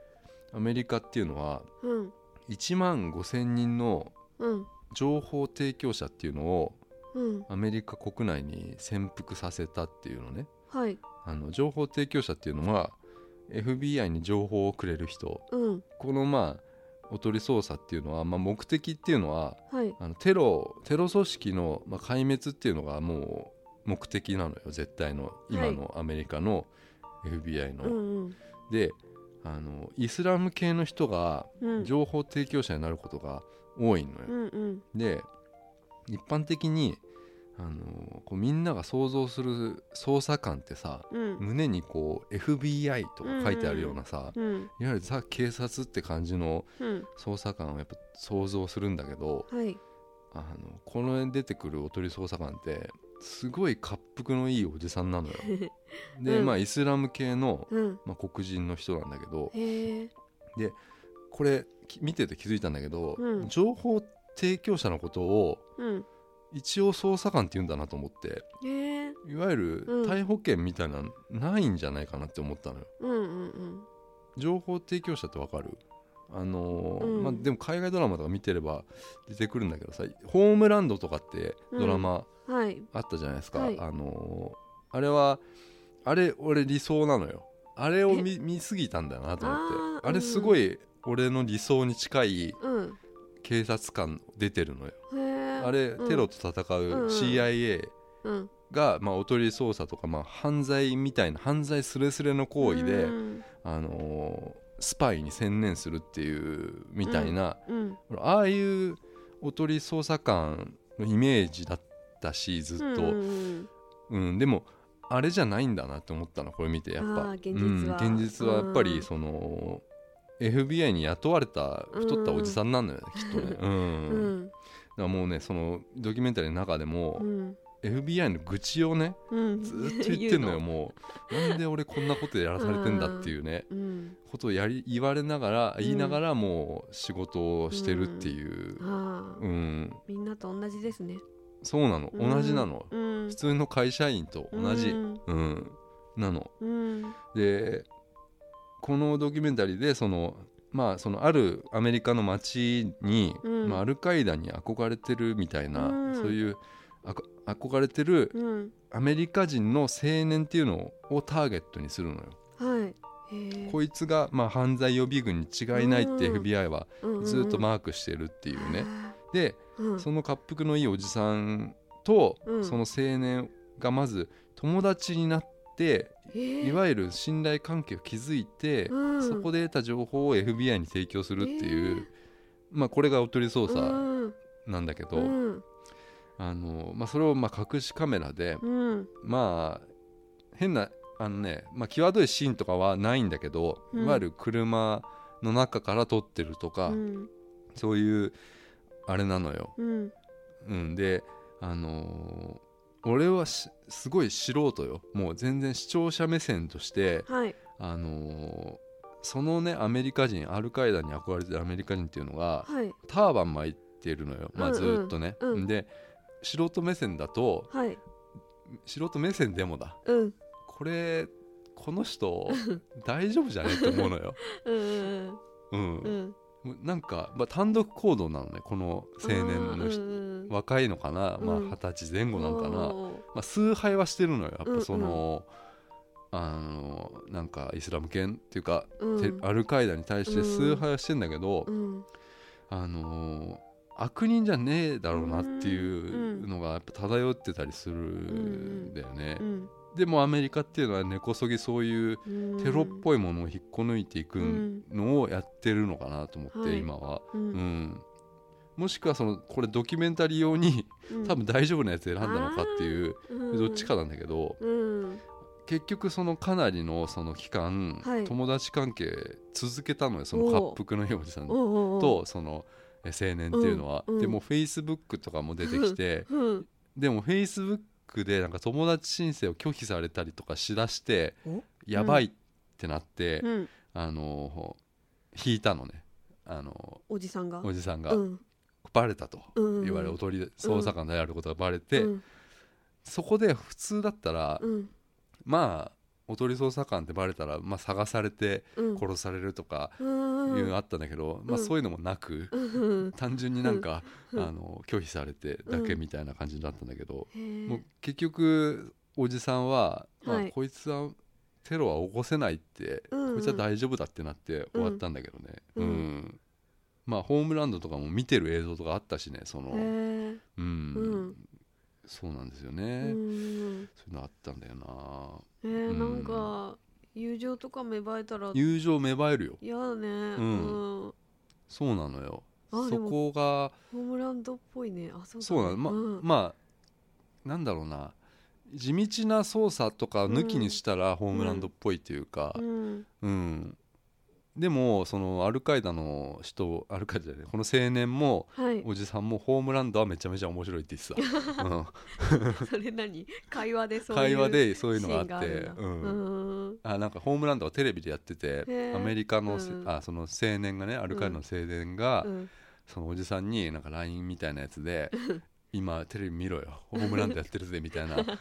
アメリカっていうのはうん1万5,000人のうん情報提供者っていうのをうんアメリカ国内に潜伏させたっていうのねはいあの情報提供者っていうのは FBI に情報をくれる人うんこのまあおとり捜査っていうのは、まあ、目的っていうのははいあのテロテロ組織の、まあ、壊滅っていうのがもう目的なのよ絶対の今のアメリカの FBI の。うんであのイスラム系の人がうん情報提供者になることが多いのよ。うんうんで一般的にあのこうみんなが想像する捜査官ってさうん胸にこう FBI とか書いてあるようなさ、うんいわゆるザ警察って感じのうん捜査官をやっぱ想像するんだけどはいあのこの辺出てくるおとり捜査官ってすごい滑覆のいいおじさん なのよ。で、うんまあイスラム系の、うんまあ、黒人の人なんだけどへえこれき見てて気づいたんだけど、うん情報提供者のことをうん一応捜査官って言うんだなと思ってへえいわゆるうん逮捕権みたいなのないんじゃないかなって思ったのよ。うんうんうん情報提供者ってわかるあのーうんまあ、でも海外ドラマとか見てれば出てくるんだけどさ「ホームランド」とかってドラマはいあったじゃないですか、はいあのーあれはあれ俺理想なのよあれを見見すぎたんだなと思っあてーあれすごい俺の理想に近いうん警察官出てるのよ、へえあれうんテロと戦ううん CIA うんが、まあ、おとり捜査とか、まあ、犯罪みたいな犯罪スレスレの行為で、うんあのースパイに専念するっていうみたいな、うんああいうおとり捜査官のイメージだったしずっと、うんうんうん、でもあれじゃないんだなって思ったのこれ見てやっぱあー現実はうん現実はやっぱうりんその、FBI に雇われた太ったおじさんなんだよね、きっと ね、ううんだんからもうねそのドキュメンタリーの中でもう、ん FBI の愚痴をねうんずーっと言ってんのよもうなんで俺こんなことやらされてんだっていうね、うんことをやり言われながらうん言いながらもう仕事をしてるっていう、ああうんみんなと同じですねそうなのうん同じなの、うん普通の会社員と同じ、うんうん、なのうんでこのドキュメンタリーでそのまあそのあるアメリカの街に、うんまあ、アルカイダに憧れてるみたいな、うんそういうあこ憧れてるうんアメリカ人の青年っていうのをターゲットにするのよ。はいへえこいつが、まあ、犯罪予備軍に違いないってうん FBI はずっとっマークしてるってていうね。でうんその滑覆のいいおじさんと、うんその青年がまず友達になっていいわゆる信頼関係を築いて、うんそこで得た情報を FBI に提供するっていう、えーまあこれがおとり捜査うんなんだけど、うんあのまあ、それをまあ隠しカメラで、うんまあ変なあのね、まあ、際どいシーンとかはないんだけど、うんいわゆる車の中から撮ってるとか、うんそういうあれなのよ。うんうん、であのー俺はしすごい素人よもう全然視聴者目線としてはいあのーそのねアメリカ人アルカイダに憧れてるアメリカ人っていうのがはいターバン巻いてるのよ、まうあ、んうんずっとね、うんで素人目線だとはい素人目線でもだうんこれこ の人大丈夫じゃねって思うのよ、うんうんうんうんうんもうなんか、まあ、単独行動なのねこの青年の人、人若いのかな、まあ、うん二十歳前後なんかな、まおーあ、崇拝はしてるのようんやっうんぱその、あのなんかイスラム圏っていうか、うんテアルカイダに対して崇拝はしてんだけど、うんあの悪人じゃねえだろうなっていうのがやっぱ漂ってたりするんだよね、うんでもアメリカっていうのは根こそぎそういううんテロっぽいものを引っこ抜いていくうんのをやってるのかなと思って、はい今は、ううんん、もしくはそのこれドキュメンタリー用にうん多分大丈夫なやつ選んだのかっていう、うんどっちかなんだけど、うん結局そのかなりのその期間、はい友達関係続けたのよその恰幅のおじさんおうおうおうとそのえ青年っていうのは。うんうんでもフェイスブックとかも出てきてうん でもフェイスブックでなんか友達申請を拒否されたりとかしだしておやばいってなって、うんあの引いたのねあのおじさんがおじさんが、うんバレたとうんいわゆるおとり捜査官であることがバレて、うんそこで普通だったら、うんまあおとり捜査官ってバレたら、まあ、探されてうん殺されるとかうんいううのんあったんだけど、まあ、うんそういうのもなく、うん単純になんか、うんあの拒否されてだけみたいな感じだったんだけど、へーもう結局おじさんは、まあはいこいつはテロは起こせないって、うんうんこいつは大丈夫だってなって終わったんだけどね、うんうんまあホームランドとかも見てる映像とかあったしねその、へーうんうんそうなんですようんね、そういうのあったんだよなえーうんなんか友情とか芽生えたら友情芽生えるよ嫌だねうんんそうなのよあそでもこがホームランドっぽいねあそうだねそうなのま,、うんまあなんだろうな地道な操作とか抜きにしたらホームランドっぽいっていうか、うんうん、でもそのアルカイダの人アルカイダじゃないこの青年もはいおじさんもホームランドはめちゃめちゃ面白いって言って た、うんそれ何会話でそういう会話でそういうのがあシーンってるんだうんうんあなんかホームランドはテレビでやっててへーアメリカのせ、うんあその青年がねアルカイダの青年が、うんそのおじさんになんか LINE みたいなやつで「今テレビ見ろよホームランドやってるぜ」みたいな感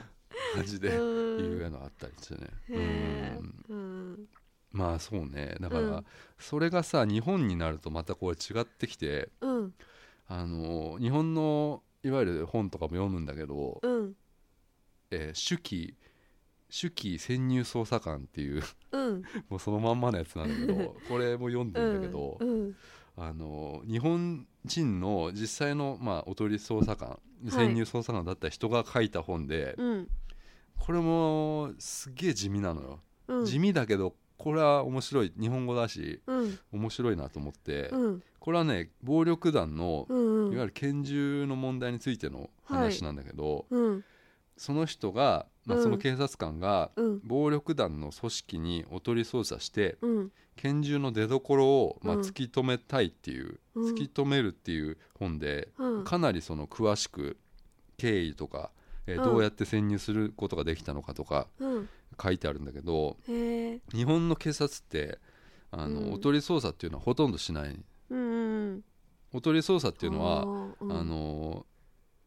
じでうん言うようなのがあったりしてね。へうんーうんまあそうねだから、うんそれがさ日本になるとまたこう違ってきてうんあの日本のいわゆる本とかも読むんだけど「うんえー手記手記潜入捜査官」っていううんもうそのまんまのやつなんだけどこれも読んでうんんだけど、うんあの日本人の実際の、まあ、おとり捜査官い潜入捜査官だった人が書いた本で、うんこれもすげえ地味なのよ、うん地味だけどこれは面白い日本語だしうん面白いなと思って、うんこれはね暴力団の、うんうんいわゆる拳銃の問題についての話なんだけど、うんその人が、まあ、うんその警察官が、うん暴力団の組織におとり捜査してうん拳銃の出所を、まあ、うん突き止めたいっていう、うん突き止めるっていう本で、うんかなりその詳しく経緯とか、えーうんどうやって潜入することができたのかとかうん書いてあるんだけどへえ日本の警察ってあの、うんおとり捜査っていうのはほとんどしないうんうんおとり捜査っていうのはあーあの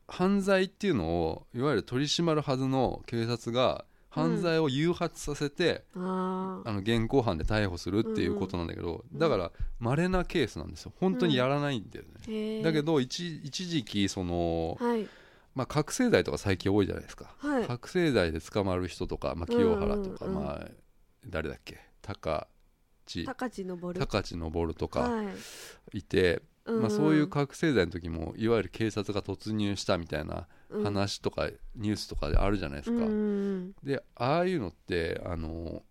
犯罪っていうのをいわゆる取り締まるはずの警察が犯罪を誘発させて、うんあーあの現行犯で逮捕するっていうことなんだけど、うんだから稀なケースなんですよ本当にやらないんだよね、へえだけど一一時期その、はいまあ、覚醒剤とか最近多いじゃないですか、はい覚醒剤で捕まる人とか、まあ、清原とか、うんうんうんまあ、誰だっけ高地高知登る高地昇とかはいいて、うんうんまあ、そういう覚醒剤の時もいわゆる警察が突入したみたいなうん話とかニュースとかであるじゃないですか、うんでああいうのってあの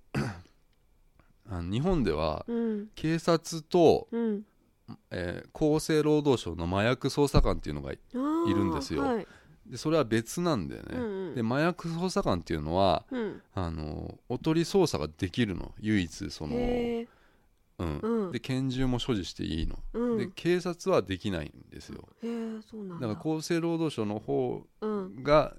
あの日本ではうん警察と、うんえー厚生労働省の麻薬捜査官っていうのがいあーいるんですよはいでそれは別なんだよね、うんうんで麻薬捜査官っていうのはうんあのおとり捜査ができるの唯一その、へえうんうんで拳銃も所持していいの、うんで警察はできないんですよへえそうなんだだから厚生労働省の方うんが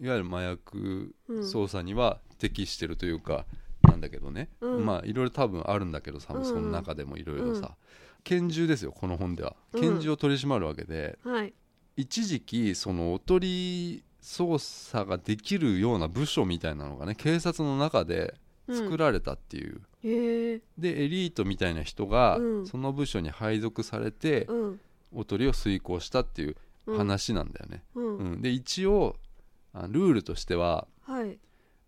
いわゆる麻薬うん捜査には適してるというか、なんなんだけどね、うんまあいろいろ多分あるんだけどさ、うんうんその中でもいろいろさ、拳銃ですよこの本では拳銃を取り締まるわけで、はい一時期そのおとり捜査ができるような部署みたいなのがね警察の中で作らられたっていう、へえでエリートみたいな人がうんその部署に配属されてうんおとりを遂行したっていううん話なんだよね、うん、うんで一応あルールとしてははい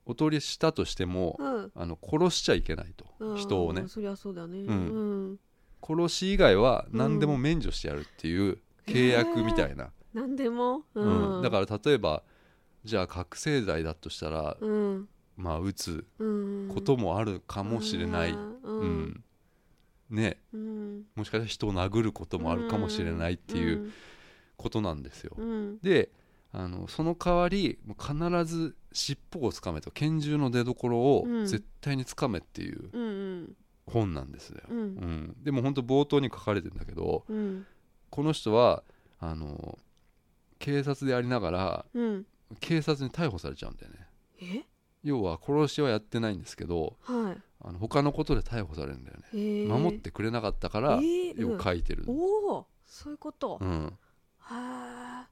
おとりしたとしても、うんあの殺しちゃいけないあとー人をまねあそりゃそうだねううんん、殺し以外は何でも免除してやるっていう契約みたいな、何でも、ううんんだからら例えばじゃあ覚醒剤だとしたら、うんまあ打つうんこともあるかもしれない、ううんんねうんもしかしたら人を殴ることもあるかもしれないっていうことなんですよ。うんうんであのその代わりもう必ず尻尾をつかめと拳銃の出所をうん絶対につかめっていううんうん本なんですよ。ううんん、でも本当冒頭に書かれてんだけどうんこの人はあの警察でありながらうん警察に逮捕されちゃうんだよねえ要は殺しはやってないんですけどはあの他のことで逮捕されるんだよねいへえ守ってくれなかったかえらーよく書いてる、おおそういうこと、うへん、ー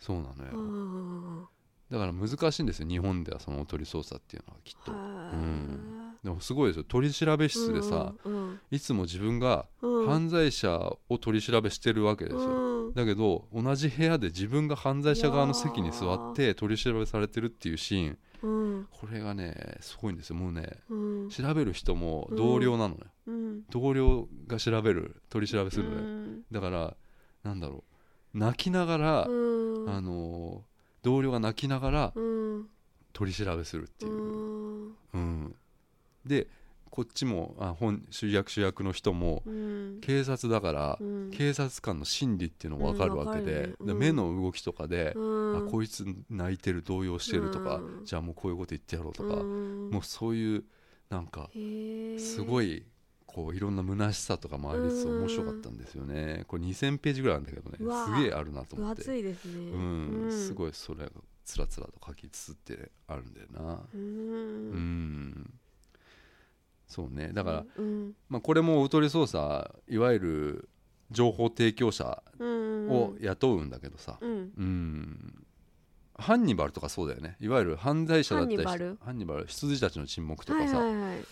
そうなのうよんだから難しいんですよ日本ではそのおとり捜査っていうのはきっとはういんでもすごいですよ取り調べ室でさ、うんいつも自分がうん、犯罪者を取り調べしてるわけですようんだけど同じ部屋で自分が犯罪者側の席に座って取り調べされてるっていうシーンうんこれがねすごいんですよもうねうん調べる人も同僚なのね、うん同僚が調べる取り調べするうのよ、んだからなんだろう泣きながら、うんあのー同僚が泣きながらうん取り調べするっていう、うんんでこっちもあ本主役主役の人もうん警察だから、うん警察官の心理っていうのも分かるわけで,、うんわかるねでうん目の動きとかで、うんあこいつ泣いてる動揺してるとか、うんじゃあもうこういうこと言ってやろうとか、うんもうそういうなんかへえすごいいこういろんな虚しさとかもありつつうん面白かったんですよねこれ2000ページぐらいあるんだけどねうわすげえあるなと分思って厚いですねうんすいごいそれがつらつらと書きつつってあるんだよなううんんそうねだから、うんまあ、これもおとり捜査いわゆる情報提供者うんを雇うんだけどさうんうんハンニバルとかそうだよねいわゆる犯罪者だったりしハンニバルハンニバル羊たちの沈黙とはかいさ、はいはい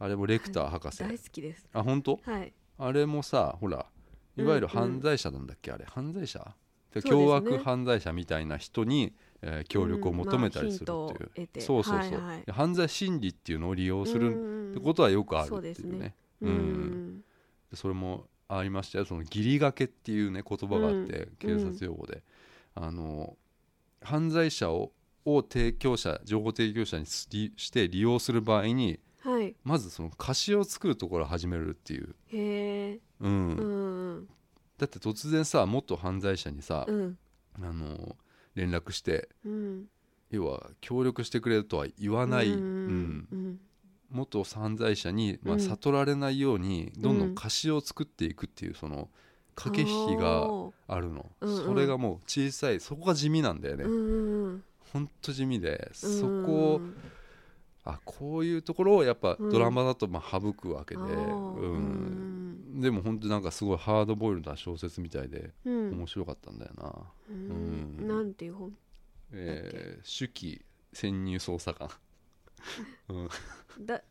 あれもレクター博士、大好きですあ本当はいあれもさほらいわゆる犯罪者なんだっけ、あれ犯罪者で凶そうです悪ね犯罪者みたいな人に、えー協力を求めたりするっていう、うんまあヒントを得てそうそうそはいう、はいで犯罪心理っていうのを利用するるってことはよくあるそうっですていうね,、ねうんでそれもありましたよその義理がけっていうね言葉があって、うん警察用語で、あの犯罪者をを提供者情報提供者にすりして利用する場合にはいまずその貸しを作るところを始めるっていう、へえうんうんだって突然さ元犯罪者にさ、うんあの連絡してうん要は協力してくれるとは言わない、うんうんうん元犯罪者に、まあ、うん悟られないようにどんどうんん貸しを作っていくっていうその駆け引きがおーあるの、うんうんそれがもう小さいそこが地味なんだよね、うんうんほんと地味でうんそこをあこういうところをやっぱうんドラマだとまあ省くわけで、あうーんでも本当なんかすごいハードボイルドな小説みたいでうんうん面白かったんだよな。うんうんなんていう本えー、手記潜入捜査官うんだ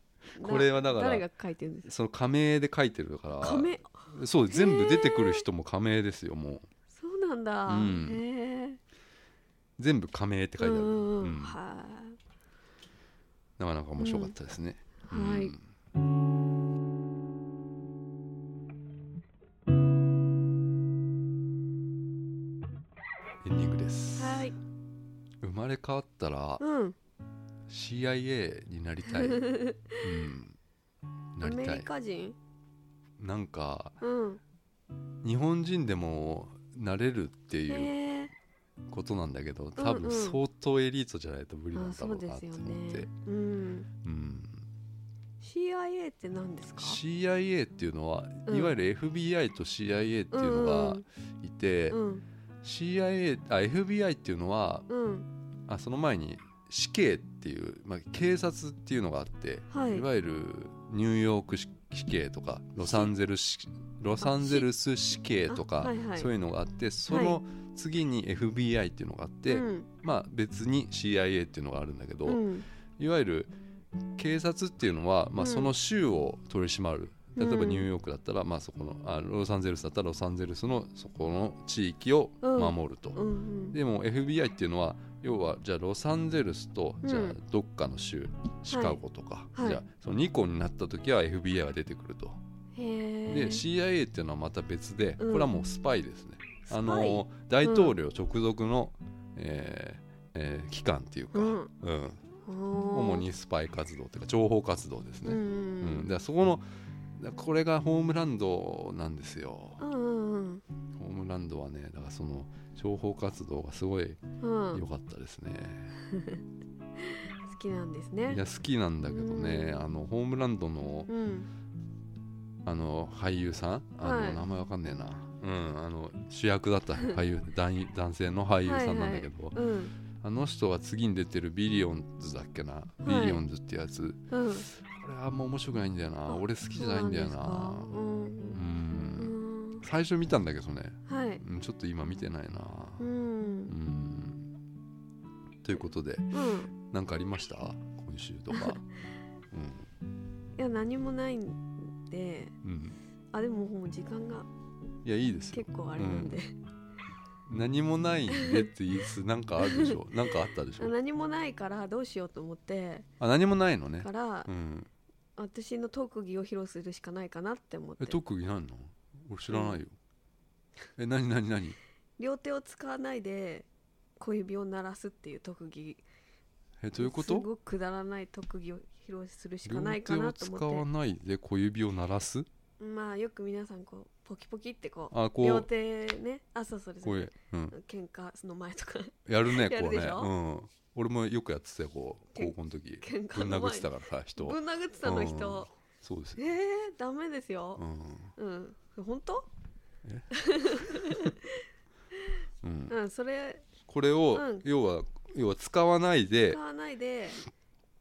これはだから誰が書いてるんですかその仮名で書いてるから仮名そう全部出てくる人も仮名ですよもうそうなんだ、うんへえ全部仮名って書いてある、うんうんはなかなか面白かったですね、い、はいうんエンディングです、はい生まれ変わったらうん CIA にな りたい、うん、なアりメたリいカ人なんかうん日本人でもなれるってへいうえことなんだけど多うんう分ん相当エリートじゃないと無理なんあだそろううでなっすてよ思っねて、うん、うん CIA って何ですか CIA っていうのはうんいわゆる FBI と CIA っていうのがいて、うん CIA あ FBI っていうのはうんあその前に死刑っていう、まあ、警察っていうのがあって、はいわゆるニューヨーク死死刑とかロサンゼルスロサンゼルス死刑とか、あはいはいそういうのがあってその次に FBI っていうのがあって、うんまあ、別に CIA っていうのがあるんだけど、うんいわゆる警察っていうのは、まうんあ、その州を取り締まる、例えうばんニューヨークだったら、まあ、そこのあロサンゼルスだったらロサンゼルスのそこの地域を守ると。うんうんでも FBI っていうのは要はじゃあロサンゼルスとうんじゃあどっかの州、シカゴとか、はいじゃあその2個になった時は FBI が出てくると、へーで CIA っていうのはまた別でこうんれはもうスパイですね、スパイあの大統領直属の、えーえー機関っていうか、うんうん主主にスパイ活動というか情報活動ですうんうね、うんんだからそこのだからこれがホームランドなんですよ、うんうんホームランドはねだからその情報活動がすごいうんうん良かったですね、好きなんですいねや好きなんだけどね、うんあのホームランドのうんあの俳優さんあの、はい名前わかんねえな、うん、あの主役 だった俳優男男性の俳優さんなんだけど、うんあの人が次に出てる「ビリオンズ」だっけな、ビリオンズってやつうんこれあんま面白くないんだよなあ俺好きじゃないんだよそなうなんですかうんううんん最初見たんだけどね、はいうん、ちょっと今見てないなううんんということでうん何かありました今週と か、いや何もないんでうんうん、あでももう時間がいやいいですよ結構あれなんで、何もないんでって言いつつなんかあるでしょなんかあったでしょ何もないからどうしようと思ってあ何もないのねからうん私の特技を披露するしかないかなって思ってえ特技ないの俺知らないよ、え何何何両手を使わないで小指を鳴らすっていう特技えどういうこすとごくくだらない特技を披露するしかな両い手かをなと使わ思っないで小指を鳴らすてまあよく皆さんこうポキポキってこうあこ両う手ねあそうそれそこうれいう、うん、喧嘩の前とか やるねやこるうねでしょうん俺もよくやってたよこうけん高校の時喧ぶ嘩んの殴っ前てにたからさ人をぶん殴ってたの人そうですえよ、ー、ダメですようんうん本当うん、うんそれこれを、うん要は要は使わないで使わないで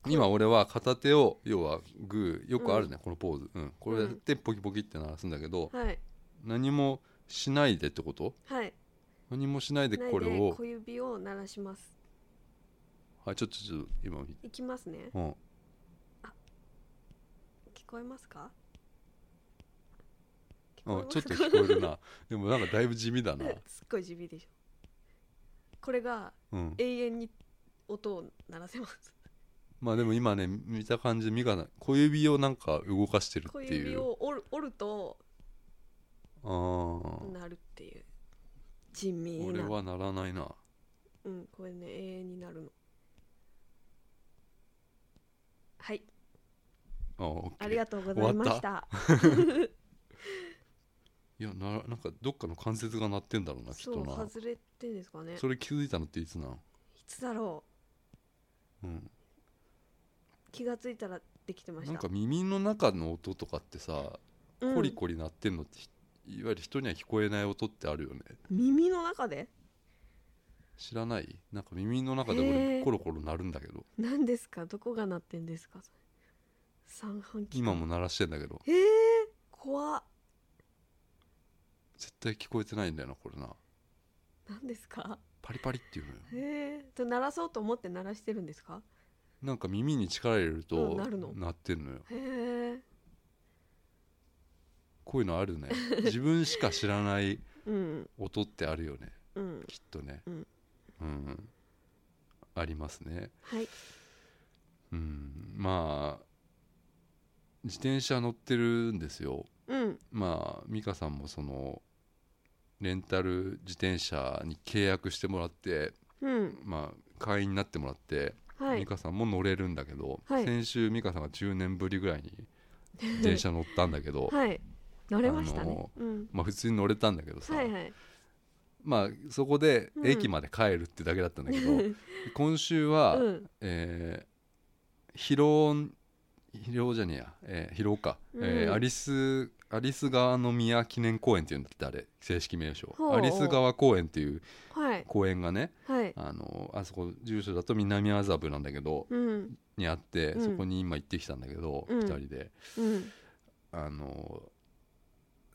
今俺は片手を要はグーよくあるね、このポーズ、うん、これやってポキポキって鳴らすんだけど、はい何もしないでってことはい何もしないでないこれをで小指を鳴らしますはいちょっとちょっと今見ていきますねうん聞こえますか聞うこえんまちょすかっと聞こえるなでもなんかだいぶ地味だな すっごい地味でしょこれがうん永遠に音を鳴らせますまあでも今ね見た感じミカな小指をなんか動かしてる小ってい指うを折る折るとあー鳴るっていう地味俺な、はならないなうん、これね永遠になるのはいあオッケあーりがとうございましたいやななんかどっかの関節が鳴ってんだろうなきっそとうな外れてんですかねいそれ気づいたのっていつなのつだろうんう気がついたらできてましたなんか耳の中の音とかってさうんコリコリ鳴ってんのってひ、いわゆる人には聞こえない音ってあるよね耳の中で知らないなんか耳の中でへ俺ーコロコロ鳴るんだけど何ですかどこが鳴ってんですか三半規今も鳴らしてんだけどえー、怖っ絶対聞こえてないんだよなこれな何ですかパリパリっていうのよえー、と鳴らそうと思って鳴らしてるんですかなんか耳に力入れるうとん鳴るの鳴ってんのよへえこういうのあ るね自分しか知らないうん音ってあるよねうんきっとねうんうんありますねはいうんまあ自転車乗ってるんですようんまあ美香さんもそのレンタル自転車に契約してもらって、うんまあ、会員になってもらって、はい美香さんも乗れるんだけど、はい先週美香さんが10年ぶりぐら いに自転車乗ったんだけど、はい乗れましたあねのうんまあ普通に乗れたんだけどさ、はいはいまあそこでうん駅まで帰るってだけだったんだけど、今週は、うんえー広尾疲労じゃねえや、えー、疲労か、えうーんアリスアリス川の宮記念公園っていうんだってあれ正式名称ほうアリス川公園っていうはい公園がねはいあのあそこ住所だと南麻布なんだけどうんにあって、うんそこに今行ってきたんだけど、うん2人でうんあの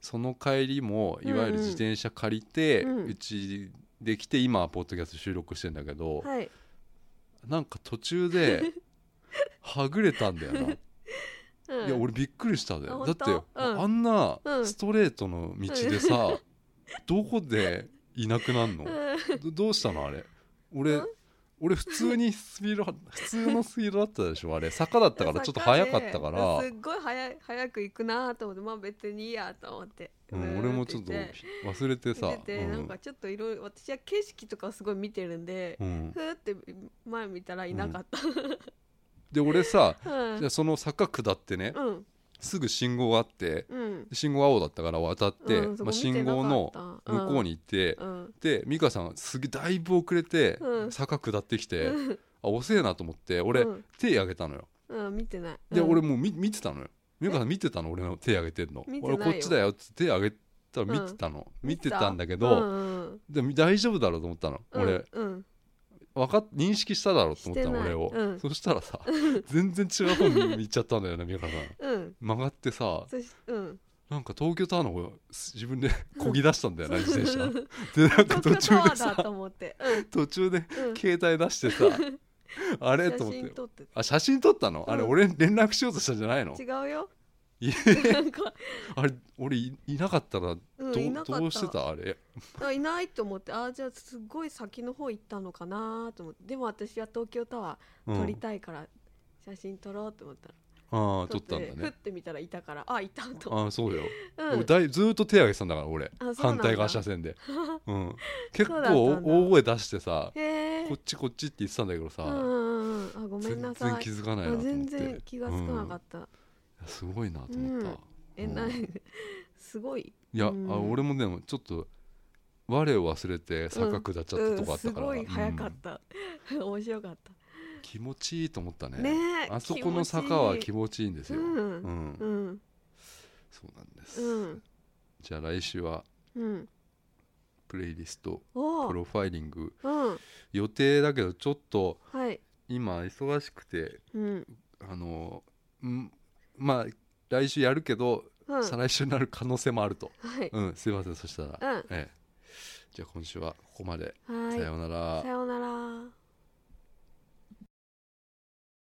その帰りもうんいわゆる自転車借りてうんうち、で来て今ポッドキャスト収録してんだけど、はいなんか途中で はぐれたんだよな、うんいや俺びっくりしたであだっ本当て、うんあんなうんストレートの道でさ、どこでいなくなんの、うんどどうしたのあれ俺、うん俺普通にスピードは 普通のスピードだったでしょあれ坂だったからちょっと早かったから坂で、すっごい早い早く行くなと思ってまあ別にいいやと思って、うん、俺もちょっとうーて忘れてさ言っててうんなんかちょっといろいろ私は景色とかをすごい見てるんで、うんふーって前見たらいなかった、で俺さうんじゃあその坂下ってね、うんすぐ信号があってうん信号青だったから渡って、うんそまこ見あ、て信なかった号の向こうに行って、うんで美香さんすげえだいぶ遅れて、うん坂下ってきて、うんあ遅えなと思って俺、うん手挙げたのようん見てないで、うん俺もう見見てたのよ美香さん見てたの俺の手挙げてんの見てない俺よこっちだよっつって手挙げたら見てたの、見てたんだけど、うんうんでも大丈夫だろうと思ったの、うん、俺うんわかっ認識しただろうと思ったのしてな俺いを、うんそしたらさ全然違う方に行っちゃったんだよね美香さんうん曲がってさそしうんなんか東京タワーの方を自分でこぎ出したんだよな、自転車 でなんか東途京タワー中でだとさ思ってう途中でん うん携帯出して さ、あれと写思っ真て撮ってあ写真撮ったの、あれうん俺に連絡しようとしたんじゃないの違うよいやなんか、あれ俺いいなかったらど,、うん、ういなかったどうしてたあれあいないと思ってあーじゃあすごい先の方行ったのかなと思ってでも私は東京タワうーん撮りたいから写真撮ろうと思ったら、ああ撮ったんてだふっねてみたらいたからあいたと思っああそうよ、て、う俺ん、だいずーっと手挙げてたんだから俺あそうな反んだ対側車 線で、うん、結そうだった構んだ大声出してさへえこっちこっちって言ってたんだけどさ、うんうんうんあごめん全な然さい気づかないなあと思って全然気がつかなかうんっ、た、すごいなと思った、うんえうんなすごいいや、うんあ俺もでもちょっと我を忘れて坂下っちゃったとこあったから、うん、すごい早かっうんた、面白かっ気持ちいいと思ったたねねえあそこの坂は気持持ちいいんですちいいよ、ううんんうんそうなんです、うんじゃあ来週はうんプレイリストおープロファイリングうん予定だけどちょっとはい今忙しくてうんあのんまあ来週やるけど、うん再来週になる可能性もあると、はいうん、すいませんそしたうら、んええ、じゃあ今週はここまで、はいさようならさようなら